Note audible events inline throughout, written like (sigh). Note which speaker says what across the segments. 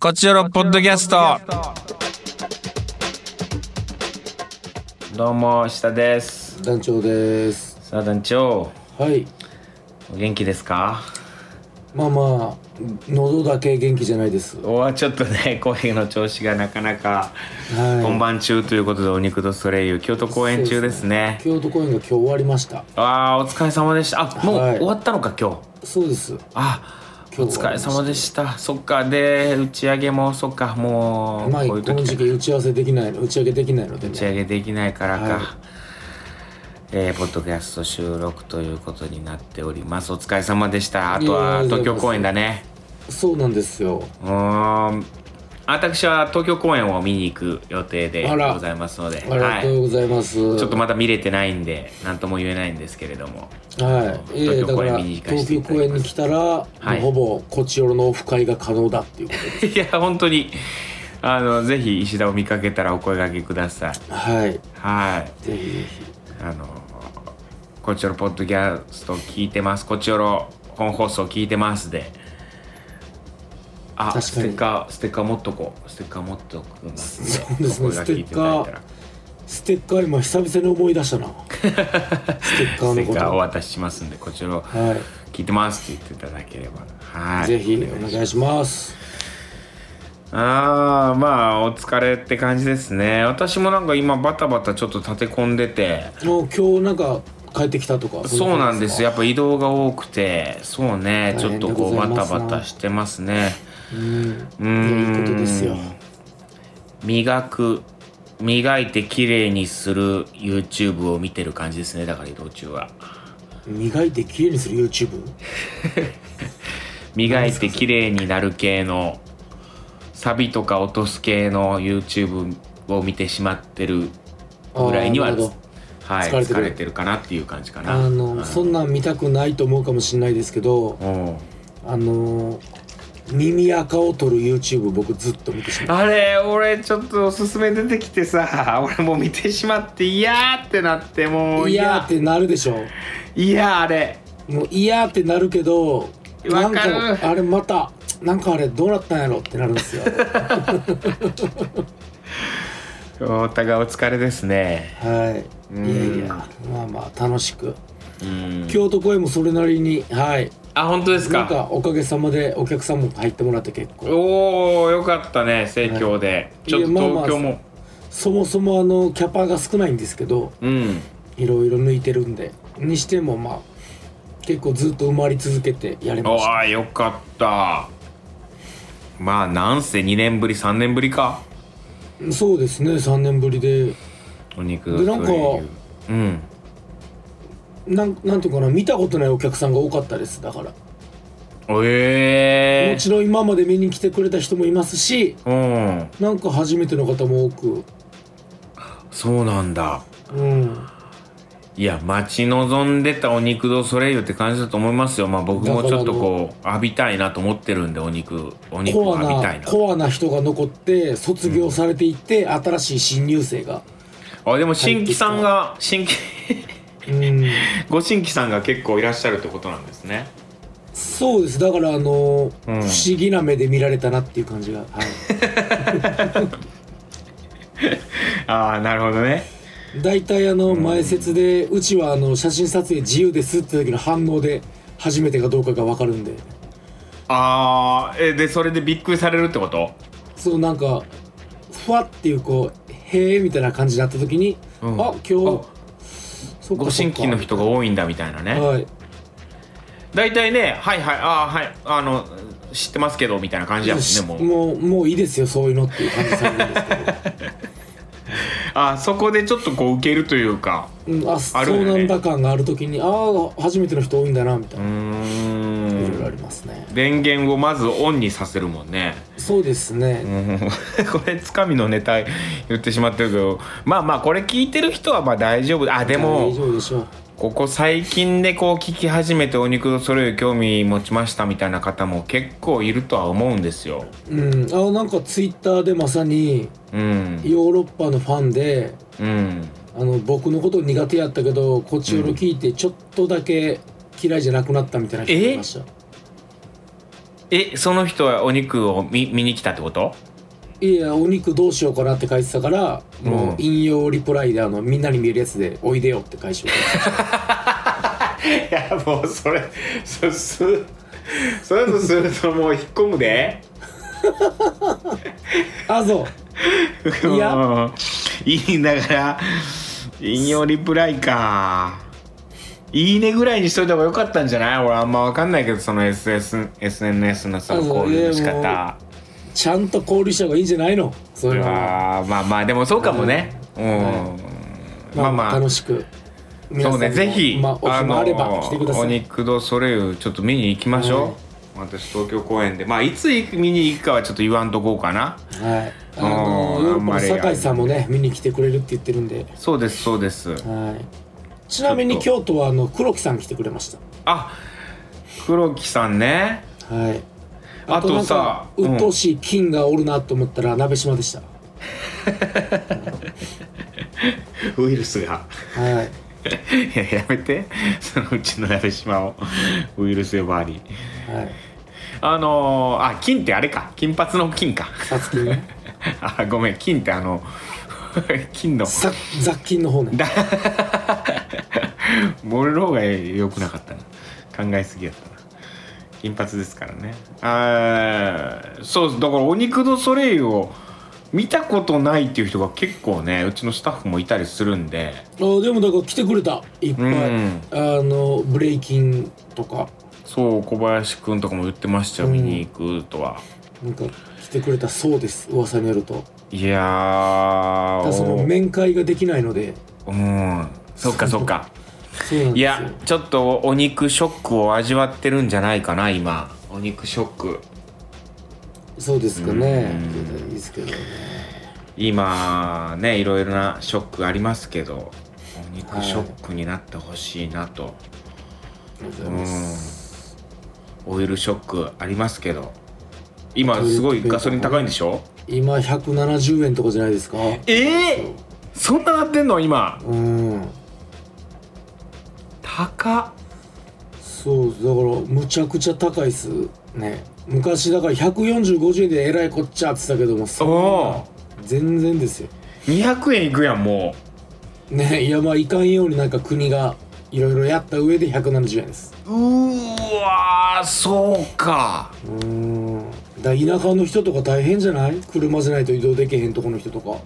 Speaker 1: こちらのポッドキャスト。
Speaker 2: どうも下です
Speaker 3: 団長です
Speaker 2: さあ団長
Speaker 3: はい
Speaker 2: お元気ですか
Speaker 3: まあまあ喉だけ元気じゃないです
Speaker 2: おわちょっとね (laughs) 声の調子がなかなか、
Speaker 3: はい
Speaker 2: 本番中ということでお肉とソレイユ京都公演中ですね
Speaker 3: 京都公演が今日終わりました
Speaker 2: あーお疲れ様でしたあもう
Speaker 3: はい
Speaker 2: 終わったのか今日
Speaker 3: そうです
Speaker 2: あお
Speaker 3: 今日終
Speaker 2: 疲
Speaker 3: わ
Speaker 2: れ
Speaker 3: りました
Speaker 2: 様でしたそっかで打ち上げもそっかもう
Speaker 3: まあ
Speaker 2: こ
Speaker 3: こ
Speaker 2: ういう
Speaker 3: の時
Speaker 2: 時
Speaker 3: 期打ち合わせできない打ち上げできないので、
Speaker 2: 打ち上
Speaker 3: ね、
Speaker 2: げできないからか、
Speaker 3: はい
Speaker 2: えーポッドキャスト収録ということになっておりますお疲れ様でしたあとはい
Speaker 3: えいえ
Speaker 2: 東京公演だね
Speaker 3: そうなんですよ
Speaker 2: うーん私は東京公演を見に行く予定で
Speaker 3: あら
Speaker 2: ございますので、
Speaker 3: ありが
Speaker 2: はい、
Speaker 3: とう
Speaker 2: ち
Speaker 3: ございます、はい、
Speaker 2: ょっとまだ見れてないんで何とも言えないんですけれども (laughs)
Speaker 3: はい、ええ
Speaker 2: 東京
Speaker 3: だ
Speaker 2: 公
Speaker 3: か
Speaker 2: 演
Speaker 3: ら
Speaker 2: 見に行かせ
Speaker 3: 東
Speaker 2: てい
Speaker 3: 京
Speaker 2: ただきます
Speaker 3: 公演に来たら、
Speaker 2: い
Speaker 3: もうほぼこちよろのオフ会が可能だっていうことで
Speaker 2: いや本当にあのぜひ石田を見かけたらお声掛けください
Speaker 3: はいぜ
Speaker 2: はい
Speaker 3: ひぜひ
Speaker 2: あのこちらのポッドキャスト聞いてますこちらの本放送聞いてますであ
Speaker 3: 確かに
Speaker 2: ステッカーステッカー持っとこうステッカー持っとくんすん
Speaker 3: そうですね
Speaker 2: お声掛けいただいたら
Speaker 3: ステッカー今久々に思い出したなステッカー
Speaker 2: ス
Speaker 3: の
Speaker 2: テ
Speaker 3: こ
Speaker 2: ッカーお
Speaker 3: と
Speaker 2: 渡ししますんでこちらを
Speaker 3: はい
Speaker 2: 聞いてますって言っていただければはい
Speaker 3: ぜひお願いします
Speaker 2: ああまあお疲れって感じですね私もなんか今バタバタちょっと立て込んでて
Speaker 3: もう今日なんか帰ってきたとか
Speaker 2: そうなんです
Speaker 3: よ
Speaker 2: やっぱ移動が多くてそうね
Speaker 3: 大
Speaker 2: ちょっ
Speaker 3: 変で
Speaker 2: とこ
Speaker 3: ご
Speaker 2: う
Speaker 3: ざ
Speaker 2: バ
Speaker 3: いますな
Speaker 2: タバタしてますね
Speaker 3: うん
Speaker 2: う
Speaker 3: い
Speaker 2: ん
Speaker 3: やいいことですよ
Speaker 2: 磨く磨いて綺麗にする YouTube を見てる感じですねだから移動中は
Speaker 3: 磨いて綺麗にする YouTube
Speaker 2: 磨いて綺麗になる系のサビとか落とす系の YouTube を見てしまってるぐらいには
Speaker 3: あーなるほ
Speaker 2: はい、疲
Speaker 3: 疲
Speaker 2: れ
Speaker 3: れて
Speaker 2: て
Speaker 3: る
Speaker 2: るかなっていう感じかな
Speaker 3: あのそんなん見たくないと思うかもしれないですけど
Speaker 2: うん
Speaker 3: あの耳垢を取る YouTube 僕ずっと見てしまう
Speaker 2: あれ俺ちょっとおすすめ出てきてさ (laughs) 俺もう見てしまっていやーってなってもう
Speaker 3: いやーってなるでしょ
Speaker 2: いやーあれ
Speaker 3: もういやーってなるけどな
Speaker 2: わ
Speaker 3: ん
Speaker 2: かる
Speaker 3: かあれまたなんかあれどうなったんやろってなるんですよ
Speaker 2: (laughs) お互いお疲れですね
Speaker 3: はいいやいやまあまあ楽しく
Speaker 2: うん
Speaker 3: 京都公演もそれなりにはい
Speaker 2: あ本当です
Speaker 3: なん
Speaker 2: か
Speaker 3: かおかげさまでお客さんも入ってもらって結構
Speaker 2: おおよかったね盛況で、
Speaker 3: い
Speaker 2: ちょっと
Speaker 3: いやまあまあ
Speaker 2: 東京も、
Speaker 3: そもそもあのキャパが少ないんですけど
Speaker 2: うん
Speaker 3: いろいろ抜いてるんでにしてもまあ結構ずっと埋まり続けてやれました
Speaker 2: ああよかったまあなんせ2年ぶり3年ぶりか
Speaker 3: そうですね3年ぶりで
Speaker 2: お肉
Speaker 3: でなんか
Speaker 2: そういううん
Speaker 3: なんなんていうかな見たことないお客さんが多かったですだから、
Speaker 2: ええ
Speaker 3: もちろん今まで見に来てくれた人もいますし
Speaker 2: うん
Speaker 3: なんか初めての方も多く
Speaker 2: そうなんだ
Speaker 3: うん
Speaker 2: いや待ち望んでたお肉ドソレイユって感じだと思いますよまあ僕もちょっとこう浴びたいなと思ってるんでお肉お肉を
Speaker 3: コア
Speaker 2: 浴びた
Speaker 3: ない
Speaker 2: な
Speaker 3: コアな人が残って卒業されていって、新しい新入生が
Speaker 2: あでも新規さんが新規 (laughs)
Speaker 3: うん
Speaker 2: ご新規さんが結構いらっしゃるってことなんですね
Speaker 3: そうですだからあの、
Speaker 2: うん
Speaker 3: 不思議な目で見られたなっていう感じが、は
Speaker 2: (laughs) ああなるほどね
Speaker 3: い、大体あの前説で、うちはあの写真撮影自由ですって時の反応で初めてかどうかが分かるんで
Speaker 2: ああえでそれでびっくりされるってこと
Speaker 3: そうなんかふわっていうこう「へえ」みたいな感じになった時に「
Speaker 2: うん
Speaker 3: あ今日
Speaker 2: あ
Speaker 3: そっかそっか
Speaker 2: ご新規の人が多いんだみたいなね
Speaker 3: はい
Speaker 2: 大体ねはいはいああはいあの知ってますけどみたいな感じやもんねもう
Speaker 3: もうもういいですよそういうのっていう感じされるんです
Speaker 2: あーそこでちょっとこう受けるというか
Speaker 3: けど、うん、あ
Speaker 2: あるよ
Speaker 3: そ
Speaker 2: ね
Speaker 3: うなんだ感がある時にああ初めての人多いんだなみたいうな、いろい
Speaker 2: ー
Speaker 3: ろあ
Speaker 2: ん
Speaker 3: りますね
Speaker 2: 電源をまずオンにさせるもんね (laughs)
Speaker 3: そうですね、
Speaker 2: うんこれつかみのネタ言ってしまってるけどまあまあこれ聞いてる人はまあ大丈夫あで
Speaker 3: 大
Speaker 2: も
Speaker 3: 丈夫でしょう
Speaker 2: ここ最近でこう聞き始めてお肉のそれを興味持ちましたみたいな方も結構いるとは思うんですよ
Speaker 3: うん、あなんかツイッターでまさに
Speaker 2: うん
Speaker 3: ヨーロッパのファンで
Speaker 2: うん
Speaker 3: あの僕のこと苦手やったけどこっちよろ聞いてちょっとだけ嫌いじゃなくなったみたいな人がいました、
Speaker 2: えその人はお肉を見見に来たってこと
Speaker 3: いやお肉どうしようかなって書いてたから、もう引用リプライであのみんなに見えるやつで「おいでよ」って返しよ
Speaker 2: (laughs) い
Speaker 3: う
Speaker 2: やもうそれそすそういうのするともう引っ込むで
Speaker 3: あそういや
Speaker 2: うんいいだから引用リプライかいいねぐらいにしといた方が良かったんじゃない俺あんま分かんないけどその SS SNS のその交流の仕
Speaker 3: あそういや
Speaker 2: 方
Speaker 3: ちゃんと交流した方がいいんじゃないのそれは
Speaker 2: あーまあまあでもそうかもねうん、まあまあ
Speaker 3: 楽しく皆
Speaker 2: そ
Speaker 3: さ
Speaker 2: うん
Speaker 3: も
Speaker 2: ねぜひ、
Speaker 3: まあ、お暇あれば来てくだ
Speaker 2: お
Speaker 3: さい、
Speaker 2: 肉堂ソレイユちょっと見に行きましょう、私東京公演でまあいつ見に行くかはちょっと言わんとこうかな
Speaker 3: はいあの
Speaker 2: あー
Speaker 3: ヨーロッパ
Speaker 2: あんま
Speaker 3: の
Speaker 2: り
Speaker 3: 酒井さんもね見に来てくれるって言ってるんで
Speaker 2: そうですそうです
Speaker 3: はいちなみに
Speaker 2: ちょ
Speaker 3: 京都はあの黒木さん来てくれました
Speaker 2: あ黒木さんね
Speaker 3: はい
Speaker 2: あと
Speaker 3: なん
Speaker 2: さ
Speaker 3: か
Speaker 2: うん
Speaker 3: 鬱陶しい金がおるなと思ったら鍋島でした
Speaker 2: ウイルスが
Speaker 3: はい
Speaker 2: (laughs) いややめてそのうちの鍋島をウイルス呼ばわり
Speaker 3: はい
Speaker 2: あのー、あ金ってあれか金髪の金か (laughs)
Speaker 3: さつきね
Speaker 2: あごめん金ってあの (laughs) 金の
Speaker 3: さ雑菌の方ね
Speaker 2: だ (laughs) 俺の方が良くなかったな考えすぎやったな金髪ですからねあーそうだからお肉のソレイユを見たことないっていう人が結構ねうちのスタッフもいたりするんで
Speaker 3: あでもだから来てくれたいっぱい、
Speaker 2: うん
Speaker 3: あのブレイキンとか
Speaker 2: そう小林くんとかも言ってましたよ、
Speaker 3: うん
Speaker 2: 見に行くとは
Speaker 3: なんか来てくれたそうです噂によると
Speaker 2: いや
Speaker 3: ただその
Speaker 2: ー
Speaker 3: 面会ができないので
Speaker 2: おうんそっかそっ
Speaker 3: (laughs)
Speaker 2: か
Speaker 3: そうなんですよ
Speaker 2: いやちょっとお肉ショックを味わってるんじゃないかな今お肉ショック
Speaker 3: そうですかね
Speaker 2: う
Speaker 3: いいですけどね
Speaker 2: 今ねいろいろなショックありますけどお肉ショックになってほしいなと、
Speaker 3: ありがとうございます
Speaker 2: オイルショックありますけど今すごいガソリン高いんでしょ
Speaker 3: 今170円とかじゃないですか
Speaker 2: えー、そんななってんの今
Speaker 3: うん
Speaker 2: 高
Speaker 3: そうだからむちゃくちゃ高いっすね昔だから14050円でえらいこっちゃって言ってたけども
Speaker 2: お
Speaker 3: そんな
Speaker 2: お
Speaker 3: 全然ですよ
Speaker 2: ー200円いくやんも
Speaker 3: ねいやまあいかんようになんか国がいろいろやった上で170円です
Speaker 2: ううーわーそうか
Speaker 3: うーんだ田舎の人とか大変じゃない車じゃないと移動できへんとこの人とか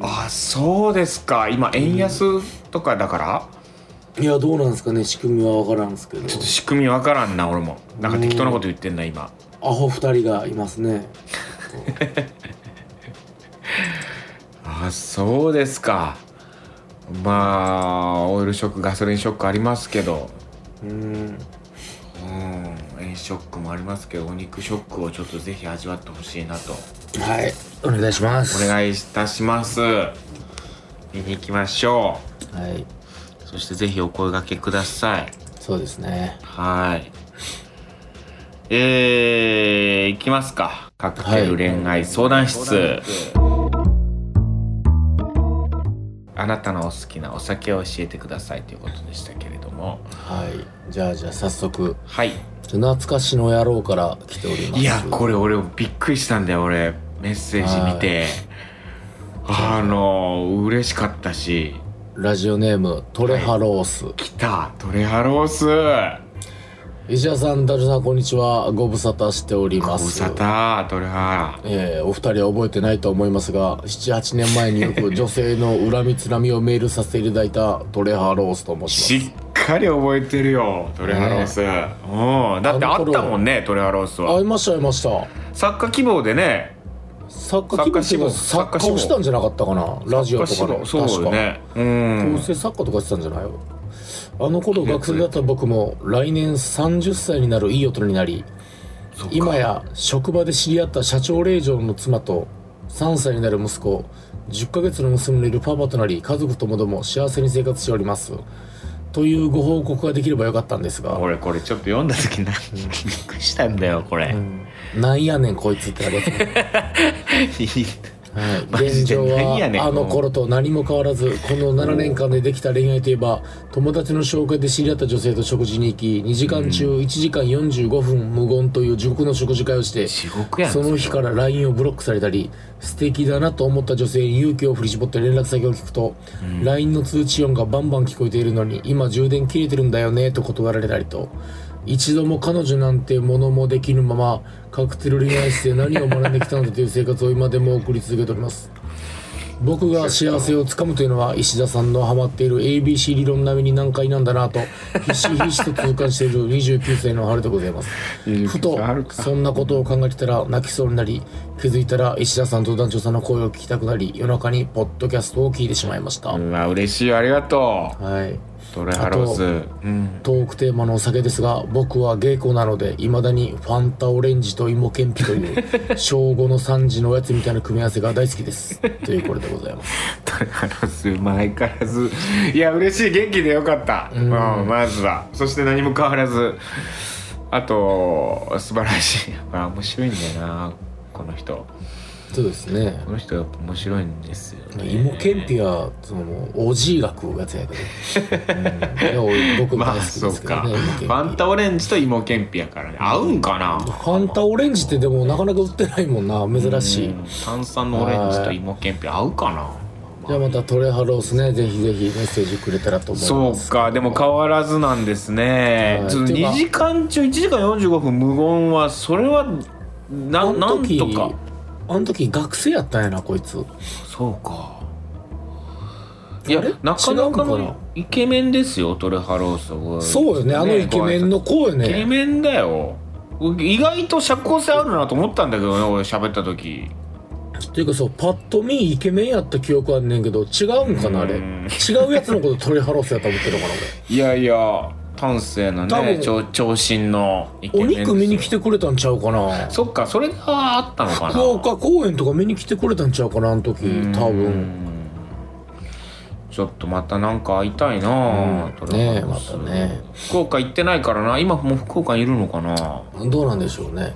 Speaker 2: あそうですか今円安とかだから、
Speaker 3: いやどうなんですかね仕組みは分からんすけど
Speaker 2: ちょっと仕組みわからんな俺もなんか適当なこと言ってんな今
Speaker 3: アホ2人がいますね
Speaker 2: あそうですかまあオイルショックガソリンショックありますけど
Speaker 3: うーん
Speaker 2: うん円ショックもありますけどお肉ショックをちょっとぜひ味わってほしいなと
Speaker 3: はいお願いします
Speaker 2: お願いいたします見に行きましょ
Speaker 3: はい、
Speaker 2: うそしてぜひお声掛けください
Speaker 3: そうですね
Speaker 2: はいえー、いきますかカクテル恋愛相談室、あなたのお好きなお酒を教えてくださいということでしたけれども
Speaker 3: はいじゃあじゃあ早速
Speaker 2: はい
Speaker 3: 懐かしの野郎から来ております
Speaker 2: いやこれ俺びっくりしたんだよ俺メッセージ見てあの嬉しかったし
Speaker 3: ラジオネームトレハロース、
Speaker 2: 来たトレハロース
Speaker 3: 石田さんダルさんこんにちはご無沙汰しており
Speaker 2: ご
Speaker 3: ま
Speaker 2: 無
Speaker 3: す
Speaker 2: 沙汰トレハ
Speaker 3: えーお二人は覚えてないと思いますが78年前によく女性の恨みつらみをメールさせていただいたトレハロースと申し
Speaker 2: しっかり覚えてるよトレハロース、うんだってあったもんねトレハロース
Speaker 3: ます
Speaker 2: は
Speaker 3: 会いました会いました
Speaker 2: 作家希望でね
Speaker 3: 作家希望っていう
Speaker 2: 作
Speaker 3: か
Speaker 2: 家志望
Speaker 3: 作家をしたんじゃなかったかなラジオとかで
Speaker 2: そう
Speaker 3: 確
Speaker 2: よ
Speaker 3: か
Speaker 2: ねうん
Speaker 3: 構成作家とかしてたんじゃないあの頃学生だった僕も来年30歳になるいい大人になり
Speaker 2: そっか
Speaker 3: 今や職場で知り合った社長令嬢の妻と3歳になる息子10ヶ月の娘のいるパパとなり家族ともども幸せに生活しておりますというご報告ができればよかったんですが
Speaker 2: 俺これちょっと読んだ時なびっ (laughs) くりしたんだよこれ、
Speaker 3: なんやねんこいつってあれですね
Speaker 2: いい (laughs) マ
Speaker 3: はい、
Speaker 2: ジ
Speaker 3: 現
Speaker 2: で
Speaker 3: 状
Speaker 2: 何やねん
Speaker 3: はあの頃と何も変わらずこの7年間でできた恋愛といえば友達の紹介で知り合った女性と食事に行き2時間中1時間45分無言という地獄の食事会をして
Speaker 2: 地獄やん
Speaker 3: その日から LINE をブロックされたり素敵だなと思った女性に勇気を振り絞って連絡先を聞くと、LINE の通知音がバンバン聞こえているのに今充電切れてるんだよねと断られたりと一度も彼女なんてものもできぬままカクテル恋愛して何を学んできたのだという生活を今でも送り続けております僕が幸せをつかむというのは石田さんのハマっている ABC 理論並みに難解なんだ
Speaker 2: (laughs)
Speaker 3: なとひしひしと痛感している29歳の春でございます
Speaker 2: うん
Speaker 3: ふと
Speaker 2: あるか
Speaker 3: そんなことを考えてたら泣きそうになり気づいたら石田さんと団長さんの声を聞きたくなり夜中にポッドキャストを聞いてしまいました、
Speaker 2: うわ嬉しいよありがとう
Speaker 3: はい
Speaker 2: トレハローズうん
Speaker 3: トークテーマのお酒ですが僕は芸妓なのでいまだにファンタオレンジと芋けんぴという
Speaker 2: (laughs)
Speaker 3: 小5の3時のおやつみたいな組み合わせが大好きですというこれでございます
Speaker 2: トレハローズ相変わらずいや嬉しい元気でよかったうんまずはそして何も変わらずあと素晴らしい (laughs) あ面白いんだよなこの人
Speaker 3: そうですね
Speaker 2: この人やっぱ面白いんですよね
Speaker 3: 芋けんぴはそのもうおじいが食うやつやけど、
Speaker 2: (laughs)
Speaker 3: うんいや、僕も
Speaker 2: まあ
Speaker 3: 大好き
Speaker 2: そう
Speaker 3: ですけど
Speaker 2: か
Speaker 3: ね、
Speaker 2: フ
Speaker 3: 芋けんぴ
Speaker 2: ァンタオレンジと芋けんぴやからね合うんかな
Speaker 3: ファンタオレンジってでもなかなか売ってないもんな珍しい、
Speaker 2: うん炭酸のオレンジと芋けんぴ合うかな
Speaker 3: じゃあまたトレハロースねぜひぜひメッセージくれたらと思い
Speaker 2: そ
Speaker 3: ま
Speaker 2: う
Speaker 3: す
Speaker 2: かでも変わらずなんですね、
Speaker 3: はい
Speaker 2: ちょっと
Speaker 3: てか
Speaker 2: 2時間中1時間45分無言はそれはな
Speaker 3: あ
Speaker 2: なん
Speaker 3: の時
Speaker 2: とか
Speaker 3: あの時学生やったんやなこいつ
Speaker 2: そうかいや
Speaker 3: あれ
Speaker 2: なかなか
Speaker 3: 違うのかな
Speaker 2: のイケメンですよトレハロースは
Speaker 3: そうよねあのイケメンの子よ
Speaker 2: イケ
Speaker 3: ね
Speaker 2: メンだよ意外と社交性あるなと思ったんだけどね俺喋った時
Speaker 3: っていうかそうパッと見イケメンやった記憶あんねんけど違うんかなあれ
Speaker 2: うん
Speaker 3: 違うやつのことトレハロースやと思ってるのかない
Speaker 2: やいや端正な
Speaker 3: 多
Speaker 2: ね
Speaker 3: 分
Speaker 2: 長長身のイケメン
Speaker 3: 俺お
Speaker 2: ですよ
Speaker 3: 肉見に来てくれたんちゃうかな
Speaker 2: そっかそれがあったのかな
Speaker 3: 福岡公園とか見に来てくれたんちゃうかなあの時多分
Speaker 2: ちょっとまたなんか会いたいな、
Speaker 3: うん
Speaker 2: トラハロ
Speaker 3: ね
Speaker 2: ース
Speaker 3: えまたね
Speaker 2: 福岡行ってないからな今もう福岡にいるのかな
Speaker 3: どうなんでしょうね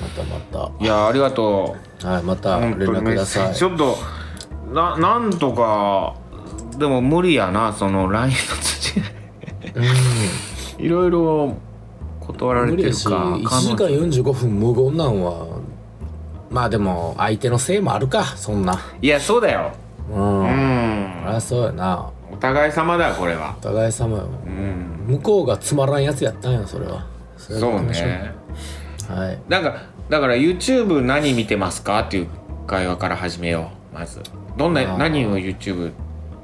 Speaker 3: またま
Speaker 2: いやありがとう
Speaker 3: たはいまた連
Speaker 2: 本当
Speaker 3: 絡
Speaker 2: にメッ
Speaker 3: くだ
Speaker 2: セ
Speaker 3: さ
Speaker 2: ー (laughs)
Speaker 3: い
Speaker 2: ジちょっとななんとかでも無理やなその LINE の土
Speaker 3: う
Speaker 2: (laughs)
Speaker 3: ん
Speaker 2: いろいろ断られ
Speaker 3: 無
Speaker 2: て
Speaker 3: 理
Speaker 2: る
Speaker 3: や
Speaker 2: か
Speaker 3: し1時間45分無言なんはまあでも相手のせいもあるかそんない
Speaker 2: やそうだよ
Speaker 3: うん、
Speaker 2: う
Speaker 3: あ
Speaker 2: ん
Speaker 3: りゃそうやな
Speaker 2: お互い様だこれは
Speaker 3: お互い様よ
Speaker 2: うん
Speaker 3: 向こうがつまらんやつやったんやそれはそれは
Speaker 2: そう
Speaker 3: やめましょ
Speaker 2: ね
Speaker 3: はい
Speaker 2: なんかだから YouTube 何見てますかっていう会話から始めようまずどん
Speaker 3: あ
Speaker 2: な
Speaker 3: ー
Speaker 2: 何を YouTube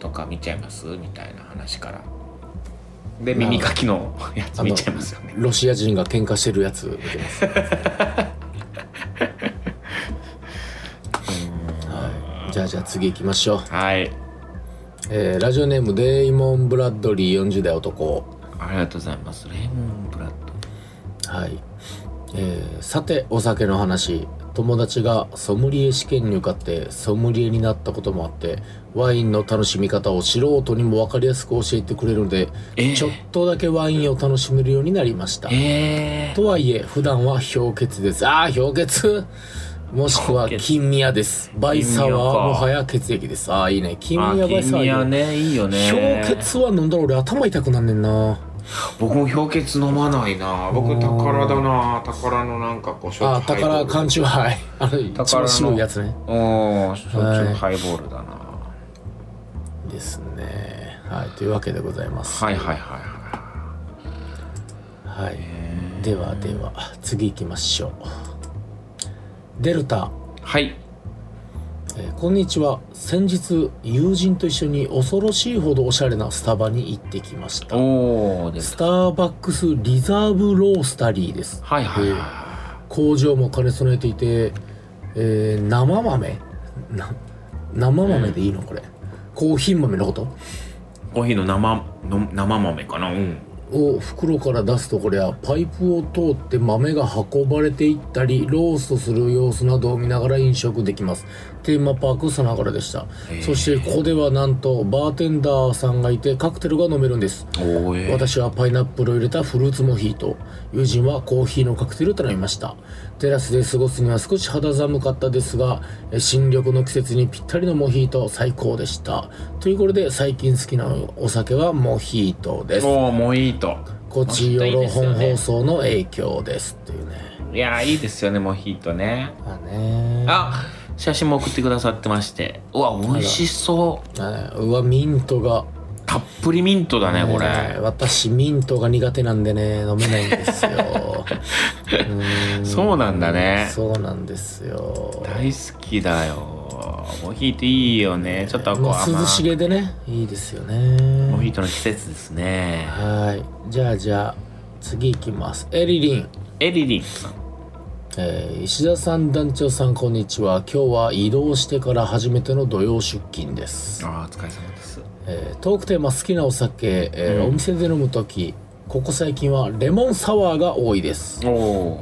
Speaker 2: とか見ちゃいますみたいな話からで耳かきのやつ
Speaker 3: あの
Speaker 2: 見ちゃいますよね
Speaker 3: ロシア人が喧嘩してるやつ見てます、はい、じゃあじゃあ次行きましょう、
Speaker 2: はい
Speaker 3: えーラジオネームデイモン・ブラッドリー40代男
Speaker 2: ありがとうございますレモンブラッド
Speaker 3: はい、えーさてお酒の話友達がソムリエ試験に受かってソムリエになったこともあってワインの楽しみ方を素人にも分かりやすく教えてくれるので、
Speaker 2: えー
Speaker 3: ちょっとだけワインを楽しめるようになりました
Speaker 2: え
Speaker 3: とはいえ普段は氷結ですああ氷結もしくは
Speaker 2: 氷結
Speaker 3: 金宮ですバイサワーはも
Speaker 2: 金宮か
Speaker 3: はや血液ですああいいね金
Speaker 2: ー、あ
Speaker 3: 宮バイサワ
Speaker 2: 金
Speaker 3: ー
Speaker 2: や
Speaker 3: いいね
Speaker 2: ねいいよね
Speaker 3: 氷結は飲んだら俺頭痛くなんねんな
Speaker 2: 僕も氷結飲まないな僕宝だな宝のなんかこうし
Speaker 3: ああ宝缶中杯あれ一番白いやつね
Speaker 2: うん焼酎
Speaker 3: はい
Speaker 2: ハイボールだな
Speaker 3: ですね。はい、というわけでございます。
Speaker 2: はいはいはいはい
Speaker 3: はい。ではでは、次行きましょう。デルタ、
Speaker 2: はい。
Speaker 3: えーこんにちは。先日、友人と一緒に恐ろしいほどおしゃれなスタバに行ってきました。
Speaker 2: おおで
Speaker 3: ス
Speaker 2: す。
Speaker 3: ターバックスリザーブロースタリーです。
Speaker 2: はいはいはい。
Speaker 3: 工場も兼ね備えていて、えー生豆な生豆でいいのこれ。コーヒー豆のこと
Speaker 2: コーヒーの生の生豆かな。うん。
Speaker 3: を袋から出すとこれはパイプを通って豆が運ばれていったりローストする様子などを見ながら飲食できますテーマパークさながらでしたそしてここではなんとバーテンダーさんがいてカクテルが飲めるんです
Speaker 2: おおえー。
Speaker 3: 私はパイナップルを入れたフルーツモヒート友人はコーヒーのカクテルを頼みましたテラスで過ごすには少し肌寒かったですがえー新緑の季節にぴったりのモヒート最高でしたということで最近好きなお酒はモヒートです
Speaker 2: おおもういいと
Speaker 3: こちよろ本放送の影響ですっていうね
Speaker 2: いやーいいですよねモヒートね
Speaker 3: まあね
Speaker 2: あ写真も送ってくださってましてうわ美味しそう
Speaker 3: あうわミントが
Speaker 2: たっぷりミントだねこ
Speaker 3: えー
Speaker 2: れ
Speaker 3: 私ミントが苦手なんでね飲めないんですよ
Speaker 2: (laughs)
Speaker 3: う
Speaker 2: そうなんだね
Speaker 3: そうなんですよ
Speaker 2: 大好きだよモヒートいいよねちょっとこう
Speaker 3: もう
Speaker 2: 甘
Speaker 3: 涼しげでねいいですよね
Speaker 2: モヒートの季節ですね
Speaker 3: はいじゃあじゃあ次いきますエリリン、
Speaker 2: エリリンさん
Speaker 3: えー石田さん団長さんこんにちは今日は移動してから初めての土曜出勤です、
Speaker 2: あーお疲れ様です
Speaker 3: えートークテーマ好きなお酒、えーお店で飲む時ここ最近はレモンサワーが多いです
Speaker 2: お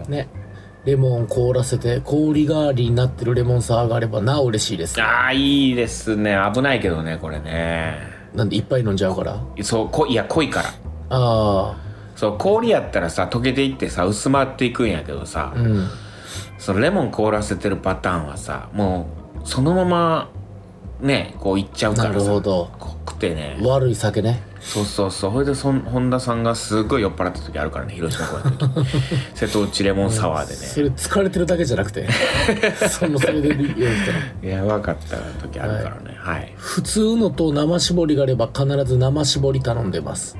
Speaker 2: お
Speaker 3: ねレモン凍らせて氷代わりになってるレモンサワーがあればなお嬉しいです
Speaker 2: あーいいですね危ないけどねこれね
Speaker 3: なんでいっぱい飲んじゃうから
Speaker 2: そうこいや濃いから
Speaker 3: あ
Speaker 2: そう氷やったらさ溶けていってさ薄まっていくんやけどさ、
Speaker 3: あうん
Speaker 2: そのレモン凍らせてるパターンはさもうそのままねこういっちゃうから
Speaker 3: な
Speaker 2: さ
Speaker 3: るほど
Speaker 2: 濃くてね
Speaker 3: 悪い酒ね
Speaker 2: そうそうそうほいでそん本田さんがすごい酔っ払った時あるからね広島公演
Speaker 3: (laughs)
Speaker 2: の時瀬戸内レモンサワー
Speaker 3: それ疲れてるだけじゃな
Speaker 2: (laughs)
Speaker 3: くてそのそれでやるか
Speaker 2: で
Speaker 3: ら
Speaker 2: ねやばかった時あるからねはい、
Speaker 3: 普通のと生搾りがあれば必ず生搾り頼んでます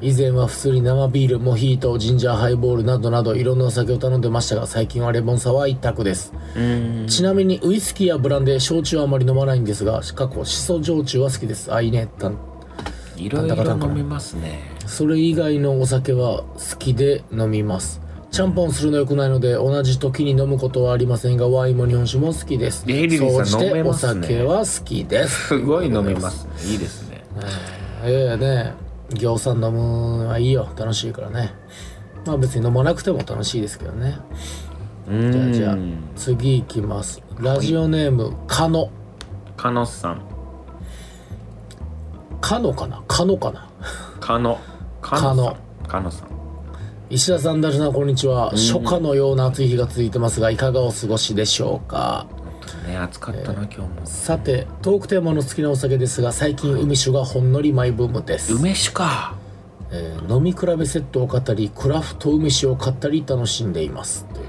Speaker 3: 以前は普通に生ビールモヒートジンジャーハイボールなどなどいろんなお酒を頼んでましたが最近はレモンサワー一択です
Speaker 2: うん
Speaker 3: ちなみにウイスキーやブランデー焼酎はあまり飲まないんですが過去シソ焼酎は好きですあいいねたん
Speaker 2: いろいろ飲みますね
Speaker 3: それ以外のお酒は好きで飲みますちゃんぽんするの良くないので同じ時に飲むことはありませんがワインも日本酒も好きです
Speaker 2: エリリーさん
Speaker 3: 総じて
Speaker 2: 飲め
Speaker 3: お
Speaker 2: ますね
Speaker 3: 酒は好きです
Speaker 2: すごい飲みますねいいですね
Speaker 3: ええね餃子飲むのはいいよ楽しいからねまあ別に飲まなくても楽しいですけどね
Speaker 2: うん
Speaker 3: じゃあじゃあ次いきますラジオネームカノ
Speaker 2: カノさん
Speaker 3: カノかなカノかな
Speaker 2: カノカノさんカノさん
Speaker 3: 石田さんダルさんこんにちは初夏のような暑い日が続いてますがいかがお過ごしでしょうか
Speaker 2: 本当にね暑かったな、今日も
Speaker 3: さてトークテーマの好きなお酒ですが最近海酒がほんのりマイブームです
Speaker 2: 梅酒か
Speaker 3: えー飲み比べセットを買ったりクラフト梅酒を買ったり楽しんでいますという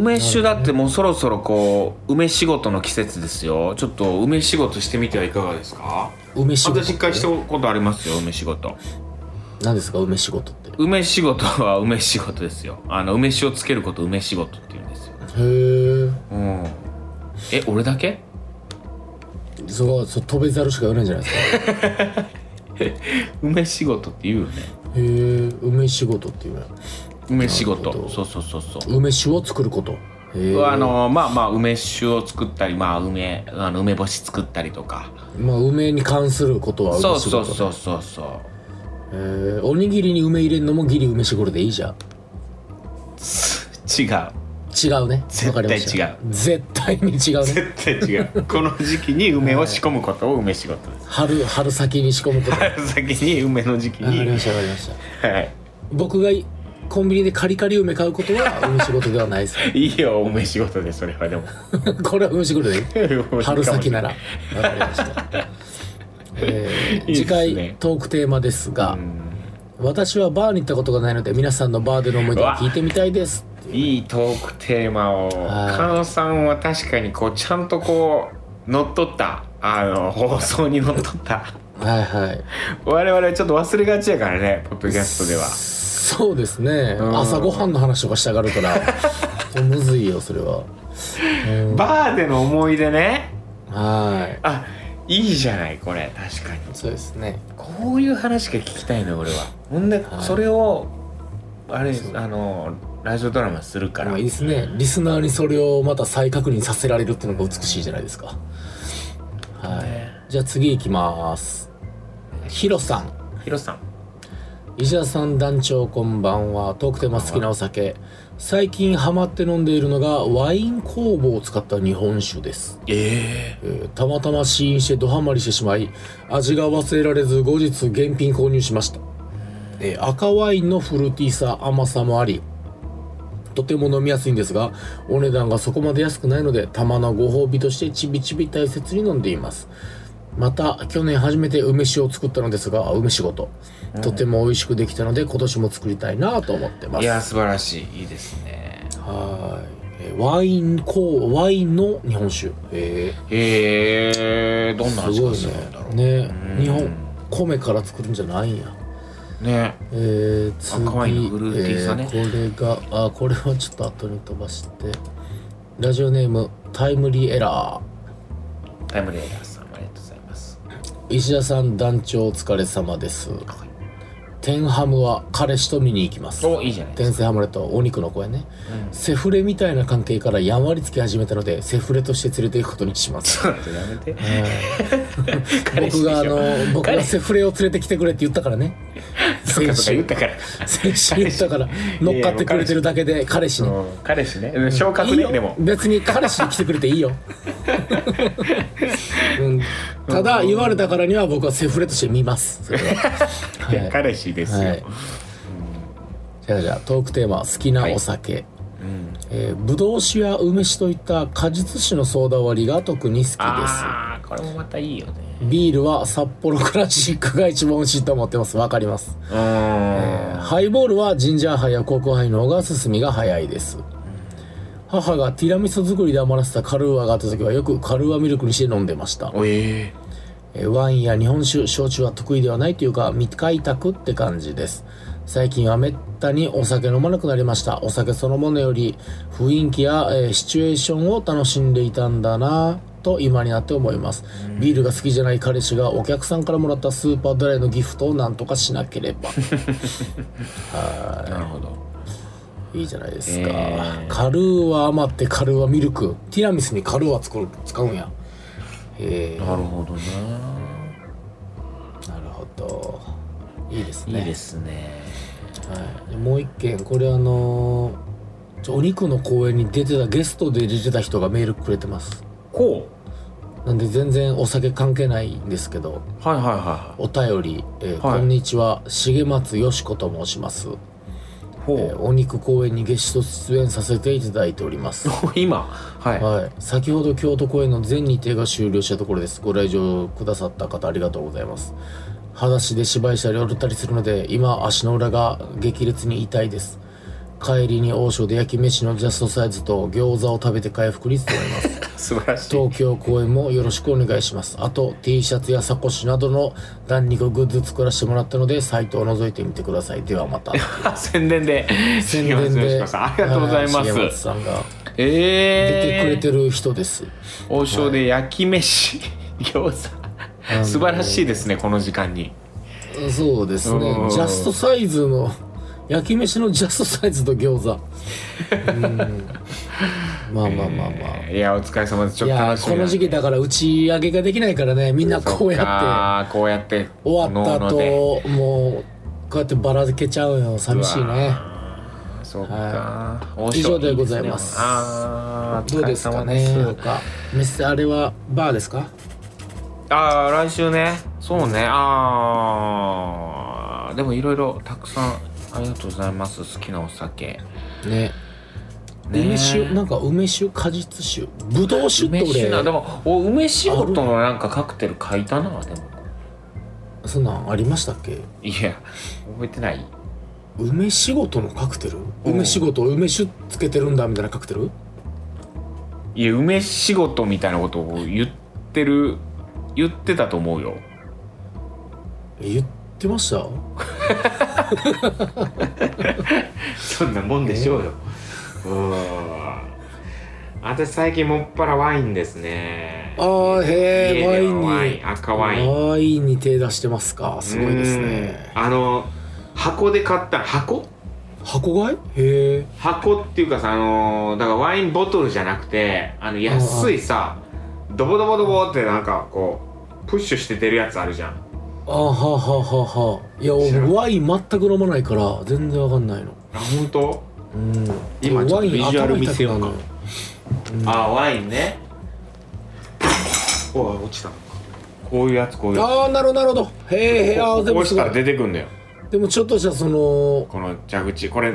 Speaker 2: 梅酒だってもうそろそろこう梅仕事の季節ですよちょっと梅仕事してみてはいかがですか
Speaker 3: 梅酒
Speaker 2: 私一回したことありますよ梅仕事
Speaker 3: 何ですか梅仕事って
Speaker 2: 梅仕事は梅仕事ですよあの梅酒をつけることを梅仕事って言うんですよ
Speaker 3: へ
Speaker 2: うんえ俺だけ
Speaker 3: えそこはそう飛べざるしか言わないんじゃないですか
Speaker 2: 梅仕事って言うよね
Speaker 3: へえ梅仕事っていうのは
Speaker 2: 梅仕
Speaker 3: なるほ
Speaker 2: 事
Speaker 3: ど
Speaker 2: そうそうそうそう
Speaker 3: 梅酒を作ることへえ
Speaker 2: あのまあまあ梅酒を作ったりまあ梅あの梅干し作ったりとか
Speaker 3: まあ梅に関することは梅仕
Speaker 2: そ
Speaker 3: 事
Speaker 2: うそうそうそうそう
Speaker 3: へえおにぎりに梅入れるのもギリ梅仕事でいいじゃん
Speaker 2: 違う
Speaker 3: 違うね
Speaker 2: 絶対
Speaker 3: わかりました
Speaker 2: 違う
Speaker 3: 絶対に違うね
Speaker 2: 絶対違うこの時期に梅を仕込むことを梅仕事です
Speaker 3: 春春先に仕込むことわか
Speaker 2: 春 (laughs) 先に梅の時期
Speaker 3: りま
Speaker 2: に
Speaker 3: したわかりました
Speaker 2: はい
Speaker 3: 僕がコンビニでカリカリ梅買うこと (laughs) は梅仕事ではないです
Speaker 2: いいよ梅仕事でそれはでも
Speaker 3: これは梅仕事でいい春先 (laughs) なら
Speaker 2: う
Speaker 3: わかりました、えー
Speaker 2: いいですね
Speaker 3: 次回トークテーマですが
Speaker 2: ん
Speaker 3: 私はバーに行ったことがないので皆さんのバーでの思い出を聞いてみたいです
Speaker 2: いいトークテーマを
Speaker 3: はい
Speaker 2: 狩野さんは確かにこうちゃんとこう乗っ取ったあの
Speaker 3: (laughs)
Speaker 2: 放送に乗っ取った
Speaker 3: はいはい
Speaker 2: 我々はちょっと忘れがちやからねポッドキャストでは
Speaker 3: そうですね
Speaker 2: ん
Speaker 3: 朝ごはんの話とかしたがるから (laughs) むずいよそれはうん
Speaker 2: バーでの思い出ね
Speaker 3: はい
Speaker 2: あいいじゃないこれ確かに
Speaker 3: そうですね
Speaker 2: こういう話が聞きたいの俺はほんで
Speaker 3: はい
Speaker 2: それをあれあのラジオドラマするから
Speaker 3: まあいいですねリスナーにそれをまた再確認させられるっていうのが美しいじゃないですかはいじゃあ次いきますヒロさん
Speaker 2: ヒロさん
Speaker 3: 石田さん団長こんばんはトークテーマ好きなお酒最近ハマって飲んでいるのがワイン酵母を使った日本酒です、
Speaker 2: え
Speaker 3: えーたまたま試飲してドハマりしてしまい味が忘れられず後日現品購入しました、えー赤ワインのフルーティーさ甘さもありとても飲みやすいんですがお値段がそこまで安くないのでたまのご褒美としてちびちび大切に飲んでいますまた去年初めて梅酒を作ったのですがあ梅酒ごととても美味しくできたので今年も作りたいなと思ってま
Speaker 2: い
Speaker 3: す
Speaker 2: や素晴らしいいいですね
Speaker 3: はーいえーワインこうワインの日本酒え
Speaker 2: へえどんな
Speaker 3: ー、す
Speaker 2: 味
Speaker 3: ご
Speaker 2: がするんだろう
Speaker 3: いねね
Speaker 2: うん
Speaker 3: 日本米から作るんじゃないんや
Speaker 2: ね
Speaker 3: えー、次
Speaker 2: 赤ワインのフルーティーさね
Speaker 3: えーこれがあこれはちょっと後に飛ばしてラジオネームタイムリーエラ
Speaker 2: タイムレーダーさんありがとうございます
Speaker 3: ー石田さん団長お疲れ様ですテンハムは彼氏と見に行きます
Speaker 2: おいいじゃないです
Speaker 3: 天性ハムレットはお肉の声ね、セフレみたいな関係からやんわりつき始めたのでセフレとして連れて行くことにします
Speaker 2: かやめて彼氏でし
Speaker 3: 僕があ
Speaker 2: ょ
Speaker 3: の僕
Speaker 2: 彼
Speaker 3: が
Speaker 2: 氏
Speaker 3: セフレを連れてきてくれって言ったからね
Speaker 2: (laughs) そうかそうか言ったから
Speaker 3: 先週言ったから乗っかってくれてるだけで彼氏に
Speaker 2: うん彼氏ね昇格ね
Speaker 3: いいよ
Speaker 2: でも
Speaker 3: 別に彼氏に来てくれていいよ、
Speaker 2: (laughs)
Speaker 3: うん、ただ言われたからには僕はセフレとして見ますそれははい
Speaker 2: いや彼氏ですよ、
Speaker 3: はいじゃあじゃあトークテーマ好きなお酒、
Speaker 2: うん
Speaker 3: えー、ぶどう酒や梅酒といった果実酒のソーダ割りが特に好きです
Speaker 2: ああこれもまたいいよね
Speaker 3: ビールは札幌クラシックが一番美味しいと思ってますわかります
Speaker 2: うん、あ
Speaker 3: ハイボールはジンジャーハイやコークハイの方が進みが早いです母がティラミス作りで余らせたカルーアがあった時はよくカルーアミルクにして飲んでました
Speaker 2: おえ
Speaker 3: えーワインや日本酒焼酎は得意ではないというか未開拓って感じです最近はめったにお酒飲まなくなりましたお酒そのものより雰囲気や、えーシチュエーションを楽しんでいたんだなと今になって思いますビールが好きじゃない彼氏がお客さんからもらったスーパードライのギフトをなんとかしなければ
Speaker 2: ー、なるほど
Speaker 3: いいじゃないですか、
Speaker 2: えー
Speaker 3: カルーは余ってカルーはミルクティラミスにカルーは作る使うんやえ
Speaker 2: なるほどね
Speaker 3: ー、なるほどいいですね
Speaker 2: いいですね
Speaker 3: はい、でもう一件これあのーちょお肉の公演に出てたゲストで出てた人がメールくれてます
Speaker 2: こ
Speaker 3: なんで全然お酒関係ないんですけど
Speaker 2: うはいはいは
Speaker 3: お便り、えー
Speaker 2: はい
Speaker 3: こんにちは重松よし子と申します、
Speaker 2: いほう、
Speaker 3: えーお肉公演にゲスト出演させていただいております
Speaker 2: (laughs) 今はい、
Speaker 3: はい、先ほど京都公演の全日程が終了したところですご来場くださった方ありがとうございます裸足で芝居したり踊ったりするので今足の裏が激烈に痛いです帰りに王将で焼き飯のジャストサイズと餃子を食べて回復に努めます
Speaker 2: (laughs) 素晴らしい
Speaker 3: 東京公演もよろしくお願いしますあと T シャツやサコッシュなどの弾肉グッズ作らせてもらったのでサイトを覗いてみてくださいでは
Speaker 2: (laughs)
Speaker 3: また
Speaker 2: 宣伝で
Speaker 3: 宣伝
Speaker 2: (laughs) よし
Speaker 3: で
Speaker 2: こさんありがとうございま
Speaker 3: は重松
Speaker 2: す
Speaker 3: さんが出
Speaker 2: え
Speaker 3: て
Speaker 2: え
Speaker 3: くれてる人です、
Speaker 2: 王将で焼き飯、 (laughs) 餃子素晴らしいですねこの時間に
Speaker 3: そうです
Speaker 2: う
Speaker 3: ね
Speaker 2: ん
Speaker 3: ジャストサイズの焼き飯のジャストサイズと餃子うんまあまあまあまあ、
Speaker 2: えーいやお疲れ様ですちょ
Speaker 3: い
Speaker 2: っと
Speaker 3: や
Speaker 2: 楽しみ
Speaker 3: この時期
Speaker 2: だ
Speaker 3: だから打ち上げができないからねみんなこうやって
Speaker 2: ああこうやって
Speaker 3: 終わった
Speaker 2: おのおので
Speaker 3: 後もうこうやってばらけちゃうよ寂しいね
Speaker 2: そうか、
Speaker 3: は
Speaker 2: 王将
Speaker 3: 以上でございます
Speaker 2: あー
Speaker 3: どうですかね
Speaker 2: お疲れ様
Speaker 3: な
Speaker 2: で
Speaker 3: ん
Speaker 2: す
Speaker 3: かメスあれはバーですか
Speaker 2: ああ来週ねそうねああでもいろいろたくさんありがとうございます好きなお酒
Speaker 3: ね梅酒なんか梅酒果実酒ぶどう酒って
Speaker 2: 梅酒なで
Speaker 3: 俺
Speaker 2: もお梅仕事のなんかカクテル書いたなでも
Speaker 3: そんなんありましたっけ
Speaker 2: いや覚えてない
Speaker 3: 梅仕事のカクテル
Speaker 2: うん
Speaker 3: 梅仕事梅酒つけてるんだみたいなカクテル
Speaker 2: いや梅仕事みたいなことを言ってる言ってたと思うよ
Speaker 3: え言ってました
Speaker 2: そんなもんでしょうようーん私最近もっぱらワインですね
Speaker 3: あーへえ
Speaker 2: 家
Speaker 3: ワ
Speaker 2: で
Speaker 3: イ
Speaker 2: は
Speaker 3: ン
Speaker 2: ワイ
Speaker 3: に
Speaker 2: ン赤ワイン
Speaker 3: ワインに手出してますかすごいですね
Speaker 2: うんあの箱で買った箱
Speaker 3: 箱買いへえ
Speaker 2: 箱っていうかさあのーだからワインボトルじゃなくてあの安いさドボドボドボってなんかこうプッシュして出るやつあるじゃん
Speaker 3: あははははいや
Speaker 2: 知らん
Speaker 3: 僕ワイン全く飲まないから全然わかんないの
Speaker 2: あ本当
Speaker 3: うん
Speaker 2: 今ちょっと
Speaker 3: ワイン
Speaker 2: ビジュアル
Speaker 3: 頭痛く
Speaker 2: 見せようか
Speaker 3: なるのよ
Speaker 2: あワインねおい落ちたこういうやつこういうや
Speaker 3: ああなるほどなるほどへえへえあー
Speaker 2: つ
Speaker 3: で
Speaker 2: こ
Speaker 3: も
Speaker 2: う
Speaker 3: す
Speaker 2: し
Speaker 3: ご
Speaker 2: たら
Speaker 3: い
Speaker 2: 出てくんだよ
Speaker 3: でもちょっとじゃその
Speaker 2: この蛇口これ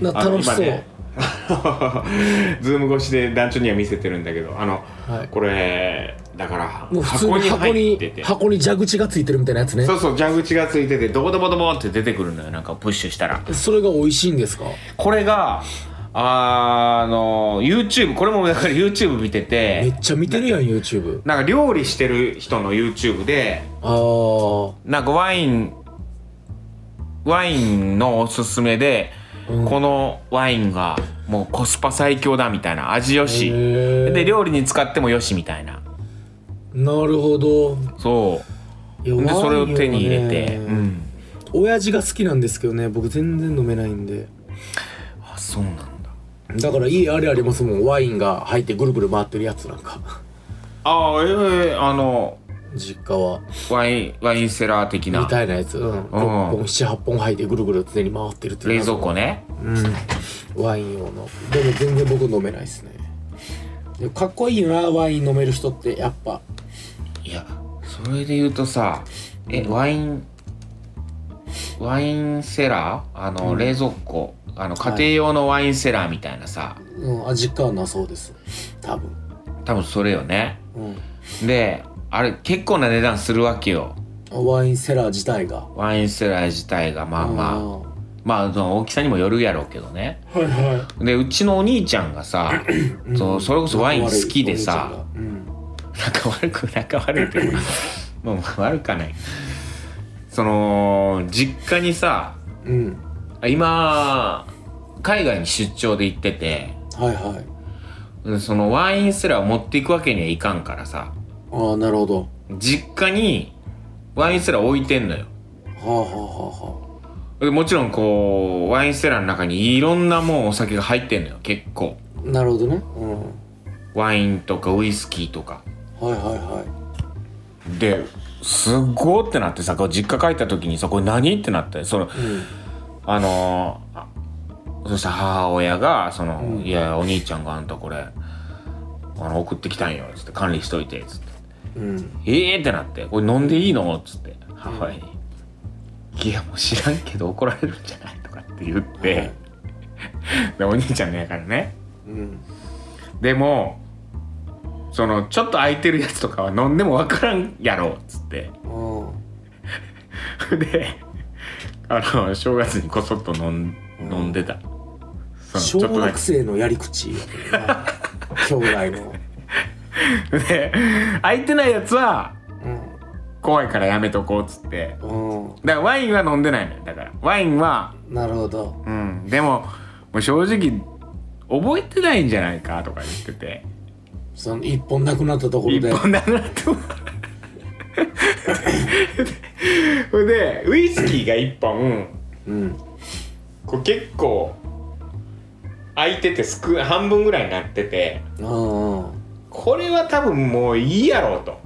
Speaker 3: な
Speaker 2: あの
Speaker 3: 楽しそ
Speaker 2: 今
Speaker 3: う、
Speaker 2: ね (laughs) ズーム越しで団長には見せてるんだけどあの、
Speaker 3: はい
Speaker 2: これだから
Speaker 3: もう普通
Speaker 2: 箱
Speaker 3: に
Speaker 2: に
Speaker 3: 箱
Speaker 2: 入っ
Speaker 3: に
Speaker 2: てて
Speaker 3: 箱に蛇口がついてるみたいなやつね
Speaker 2: そうそう蛇口がついててドボドボドボって出てくるのよなんかプッシュしたら
Speaker 3: それが美味しいんですか
Speaker 2: これがあの YouTube これもだから YouTube 見てて
Speaker 3: めっちゃ見てるやん YouTube
Speaker 2: なんか料理してる人の YouTube で
Speaker 3: あー
Speaker 2: なんかワインワインのおすすめで、
Speaker 3: うん
Speaker 2: このワインがもうコスパ最強だみたいな味よし
Speaker 3: へー
Speaker 2: で料理に使ってもよしみたいな
Speaker 3: なるほど
Speaker 2: そ
Speaker 3: いや
Speaker 2: うでそれを手に入れ
Speaker 3: ワイ
Speaker 2: て、
Speaker 3: ンよ
Speaker 2: う
Speaker 3: ね
Speaker 2: ん
Speaker 3: 親父が好きなんですけどね僕全然飲めないんで
Speaker 2: あそうなんだ
Speaker 3: だから家あれありますもんワインが入ってぐるぐる回ってるやつなんか (laughs)
Speaker 2: ああええあの
Speaker 3: 実家は
Speaker 2: ワインワインセラー的
Speaker 3: み
Speaker 2: な
Speaker 3: たいなやつ、うん、6本78本入ってぐるぐる常に回ってるっていう
Speaker 2: 冷蔵庫ね
Speaker 3: うんワイン用のでも全然僕飲めないですねでもかっこいいよなワイン飲める人ってやっぱ
Speaker 2: いやそれで言うとさえワインワインセラーあの、冷蔵庫あの家庭用のワインセラーみたいなさ、
Speaker 3: うん味感なそうです多分
Speaker 2: 多分それよね
Speaker 3: うん
Speaker 2: であれ結構な値段するわけよ
Speaker 3: あワインセラー自体が
Speaker 2: ワインセラー自体がまあまあ、まあその大きさにもよるやろうけどね
Speaker 3: あーはいは
Speaker 2: でうちのお兄ちゃんがさ
Speaker 3: い
Speaker 2: そうそれこそワイン好きでさ
Speaker 3: 仲悪いお
Speaker 2: 仲悪
Speaker 3: 兄ちゃんが
Speaker 2: く仲悪いけ (laughs) どもう悪かないその実家にさ
Speaker 3: うん、うん、
Speaker 2: 今海外に出張で行ってて
Speaker 3: はいはい
Speaker 2: そのワインセラーを持っていくわけにはいかんからさ
Speaker 3: ああなるほど
Speaker 2: 実家にワインセラー置いてんのよ
Speaker 3: はあはあはあは
Speaker 2: でもちろんこうワインセラーの中にいろんなもんお酒が入ってんのよ結構
Speaker 3: あなるほどねうん
Speaker 2: ワインとかウイスキーとか
Speaker 3: はいはいは
Speaker 2: ですっごーってなってさこう実家帰った時にさこれ何ってなってその
Speaker 3: いうん
Speaker 2: あのーあそしたら母親が「その
Speaker 3: うん
Speaker 2: いやお兄ちゃんがあんたこれあの送ってきたんよ」つって「管理しといて」つって
Speaker 3: うん
Speaker 2: 「ええー!」ってなって「これ飲んでいいの?」っつって母親に「いやもう知らんけど怒られるんじゃない?」とかって言って、
Speaker 3: はい
Speaker 2: でお兄ちゃんのやからね
Speaker 3: うん
Speaker 2: でもそのちょっと空いてるやつとかは飲んでも分からんやろっつって (laughs)
Speaker 3: うん
Speaker 2: であの正月にこそっと飲ん飲んでた、そ
Speaker 3: 小
Speaker 2: のちょっとだ
Speaker 3: 学
Speaker 2: け
Speaker 3: 生のやり口やけどな兄弟
Speaker 2: (laughs)
Speaker 3: の
Speaker 2: で空いてないやつは
Speaker 3: う
Speaker 2: 怖いからやめとこうっつってだか
Speaker 3: んう
Speaker 2: らワインは飲んでないのよだからワインは
Speaker 3: んなるほど
Speaker 2: うんでももう正直覚えてないんじゃないかとか言ってて
Speaker 3: その一本なくなったところ
Speaker 2: 一
Speaker 3: で
Speaker 2: 本なくなっても (laughs) ほんでウイスキーが一本
Speaker 3: うん
Speaker 2: こう結構空いててすく半分ぐらいになってて
Speaker 3: うんうんは
Speaker 2: これは多分もういいやろうと、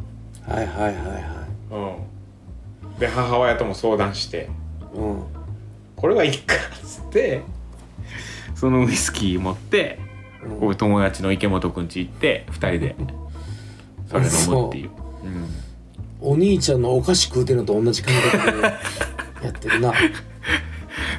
Speaker 3: いはいはいは
Speaker 2: うん、で母親とも相談して
Speaker 3: いうん
Speaker 2: これはいいかっつってそのウイスキー持って
Speaker 3: うん
Speaker 2: 僕友達の池本くん家行って2人でそれ飲むっていう、うん、
Speaker 3: お兄ちゃんのお菓子食うてるのと同じ感覚
Speaker 2: (laughs)
Speaker 3: でやってるな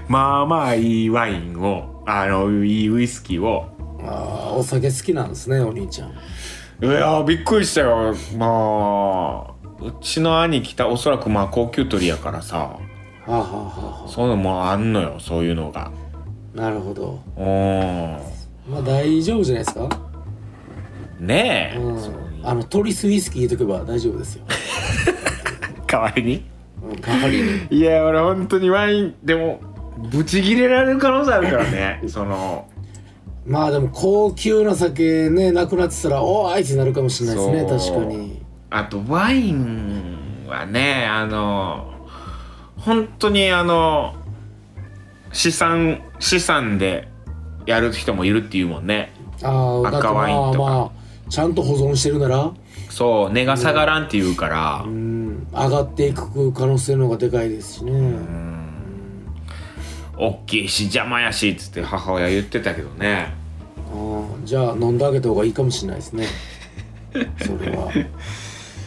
Speaker 2: まあまあいいワインをあのいいウイスキーを
Speaker 3: あーお酒好きなんですねお兄ちゃん
Speaker 2: いやーびっくりしたよまあうちの兄来たおそらくまあ高級鳥やからさ
Speaker 3: はあはあはあは
Speaker 2: そういうのもあんのよそういうのが
Speaker 3: あなるほど
Speaker 2: う
Speaker 3: まあ大丈夫じゃないですか
Speaker 2: んねえ、
Speaker 3: うん
Speaker 2: そういう
Speaker 3: あのトリスウイスキー入れとけば大丈夫ですよ、
Speaker 2: 代わりに
Speaker 3: うん、代わりに
Speaker 2: いや俺本当にワインでもブチギレられる可能性あるからねその
Speaker 3: まあでも高級な酒ねなくなってたらおーあいつになるかもしれないです
Speaker 2: そ
Speaker 3: ね
Speaker 2: う
Speaker 3: 確かに
Speaker 2: あとワインはねあの本当にあの資産資産でやる人もいるっていうもんね
Speaker 3: ああだって
Speaker 2: 赤ワイ
Speaker 3: ま
Speaker 2: ン
Speaker 3: あ
Speaker 2: とか
Speaker 3: まあちゃんと保存してるなら
Speaker 2: そう値が下がらんっていうから
Speaker 3: うん上がっていく可能性の方がでかいですしね、
Speaker 2: 大きいし邪魔やしっつって母親言ってたけどね
Speaker 3: ああじゃあ飲んであげた方がいいかもしれないで
Speaker 2: (laughs)
Speaker 3: すねそれは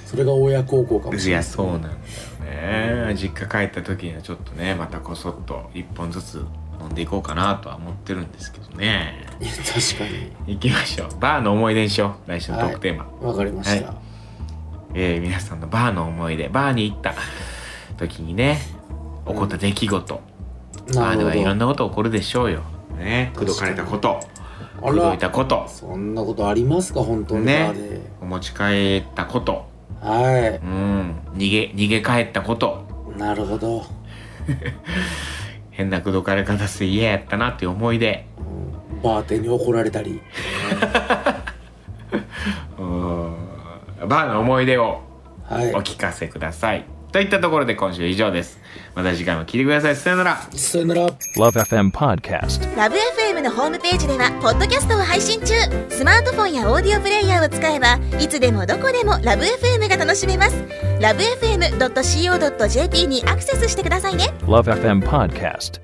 Speaker 3: それが親孝行かもし
Speaker 2: い
Speaker 3: れな
Speaker 2: や
Speaker 3: い
Speaker 2: そうなんだよね実家帰った時にはちょっとねまたこそっと一本ずつ飲んでいこうかなとは思ってるんですけどね
Speaker 3: 確かに
Speaker 2: 行きましょうバーの思い出にしよう来週のトークテーマ、
Speaker 3: わかりました、
Speaker 2: はえー皆さんのバーの思い出バーに行った時にね起こった出来事、バ
Speaker 3: な
Speaker 2: ーで
Speaker 3: るほ
Speaker 2: はいろん
Speaker 3: ど
Speaker 2: なこと起こるでしょうよね口説かれたこと
Speaker 3: あ
Speaker 2: 口説い
Speaker 3: ら
Speaker 2: たこと
Speaker 3: そんなことありますか本当に
Speaker 2: ね
Speaker 3: バーで、
Speaker 2: お持ち帰ったこと
Speaker 3: は
Speaker 2: うん逃げ逃げ帰ったこと
Speaker 3: いなるほど、
Speaker 2: 変な口説かれ方して嫌やったなっていう思い出
Speaker 3: うんバーテンに怒られたり
Speaker 2: うんバーの思い出を
Speaker 3: はい
Speaker 2: お聞かせください、といったところで今週は以上ですまた次回も聞いてくださいさよなら
Speaker 3: さよなら
Speaker 1: Love FM Podcast.
Speaker 4: ラブ f m のホームページではポッドキャストを配信中スマートフォンやオーディオプレイヤーを使えばいつでもどこでもラブ f m が楽しめますラブ FM.co.jp にアクセスしてくださいね
Speaker 1: Love FM Podcast.